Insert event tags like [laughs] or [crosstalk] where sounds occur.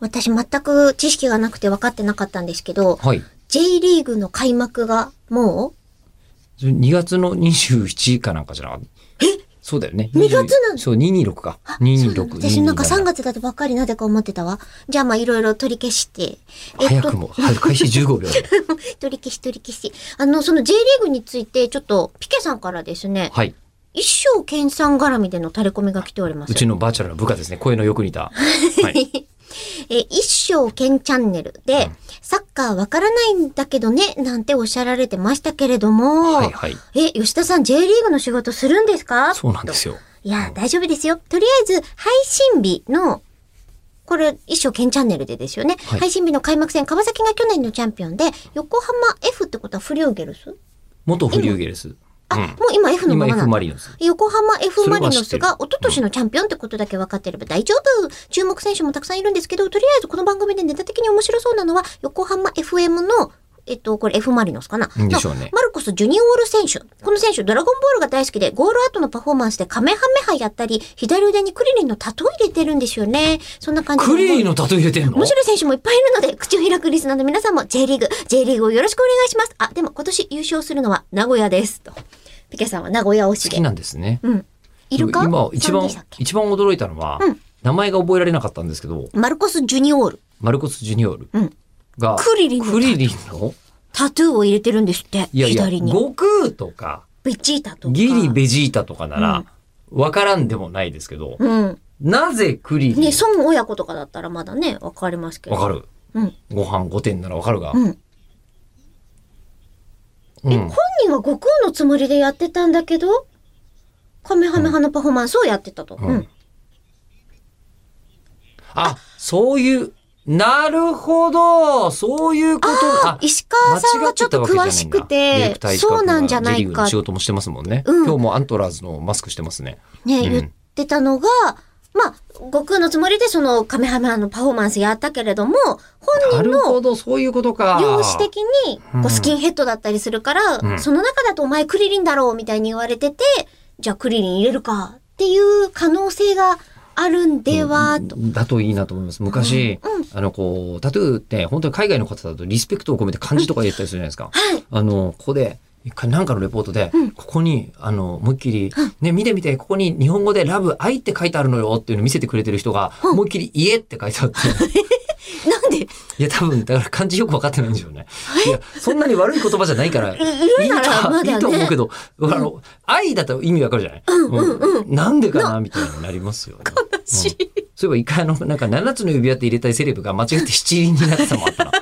私全く知識がなくて分かってなかったんですけど、はい。 J リーグの開幕がもそれ2月の27かなんかじゃなかったそうだよね。二月なの20そう、226か。う226。そうなの私なんか227 3月だとばっかりなぜか思ってたわ。じゃあまあいろいろ取り消して。早くも、早く開始15秒 [laughs] で。取り消し取り消し。あの、その J リーグについてちょっとピケさんからですね、はい。一生健さん絡みでの垂れ込みが来ておりまうす。ちのバーチャルの部下ですね。声のよく似た。はい。えー一生健チャンネルで、サッカーわからないんだけどね、なんておっしゃられてましたけれども、はいはい。え、吉田さん J リーグの仕事するんですかそうなんですよ。いや、大丈夫ですよ。とりあえず、配信日の、これ、一生剣チャンネルでですよね。はい配信日の開幕戦、川崎が去年のチャンピオンで、横浜 F ってことはフリオーゲルス元フリューゲルス。うん。あ、もう今 F のままな今 F んだマ。リノス。横浜 F ・マリノスそれはが一昨年のチャンピオンってことだけ分かってれば大丈夫注目選手もたくさんいるんですけど、とりあえずこの番組でネタ的に面白そうなのは、横浜 FM の、えっと、これ F ・マリノスかなうんでしょうねのマルコス・ジュニオール選手。この選手、ドラゴンボールが大好きで、ゴール後のパフォーマンスでカメハメハやったり、左腕にクリリンのタト入れてるんですよね。そんな感じでクリリーのタトゥー入れてんの面白い選手もいっぱいいるので、口を開くリスナーの皆さんも J リーグ、J リーグをよろしくお願いします。あ、でも今年優勝するのは名古屋です。と。ピケさんは名古屋推し好でき。なんですね。うん。イルカ今、一さん番でしたっ、け一番驚いたのは、うん名前が覚えられなかったんですけど、マルコス・ジュニオール。マルコス・ジュニオールうん。が、クリリンのタトクリリンのタトゥーを入れてるんですって。いやいや、左に。悟空とか、ベジータとか。ギリ・ベジータとかなら、わからんでもないですけど、うん。なぜクリリね、ン孫親子とかだったらまだね、わかりますけど。わか。るうん。ご飯5点ならわかるが、うん。うえ、ん本人は悟空のつもりでやってたんだけど、カメハメ派のパフォーマンスをやってたと。うんうん。あ、そういう、なるほどそういうことあー石川さんはちょっと詳しくて、そうなんじゃなジェリいーグかのっ仕事もしてますもんね。うん今日もアントラーズのマスクしてますね。ね、うん言ってたのが、まあ、悟空のつもりでそのカメハメ派のパフォーマンスやったけれども、な本人るのほど、そういうことか。容姿的にこううんスキンヘッドだったりするから、うんその中だとお前クリリンだろうみたいに言われてて、じゃあクリリン入れるかっていう可能性があるんでは、と。だといいなと思います。昔、うんあの、こう、タトゥーって、本当に海外の方だとリスペクトを込めて漢字とか言ったりするじゃないですか。はい。あの、ここで、一回なんかのレポートで、うんここに、あの、思いっきり、ね、見て見て、ここに日本語でラブ、愛って書いてあるのよっていうのを見せてくれてる人が、思いっきり家って書いてあ [laughs] って、なんで、いや、多分、だから漢字よく分かってないんですよね。いや、そんなに悪い言葉じゃないから、いいならまだねといいと思うけど、あの、愛だと意味わかるじゃない、うんなんでかなみたいになりますよね。悲しい。そういえば一回あの、なんか7つの指輪って入れたいセレブが間違って七輪になってたのもあったな。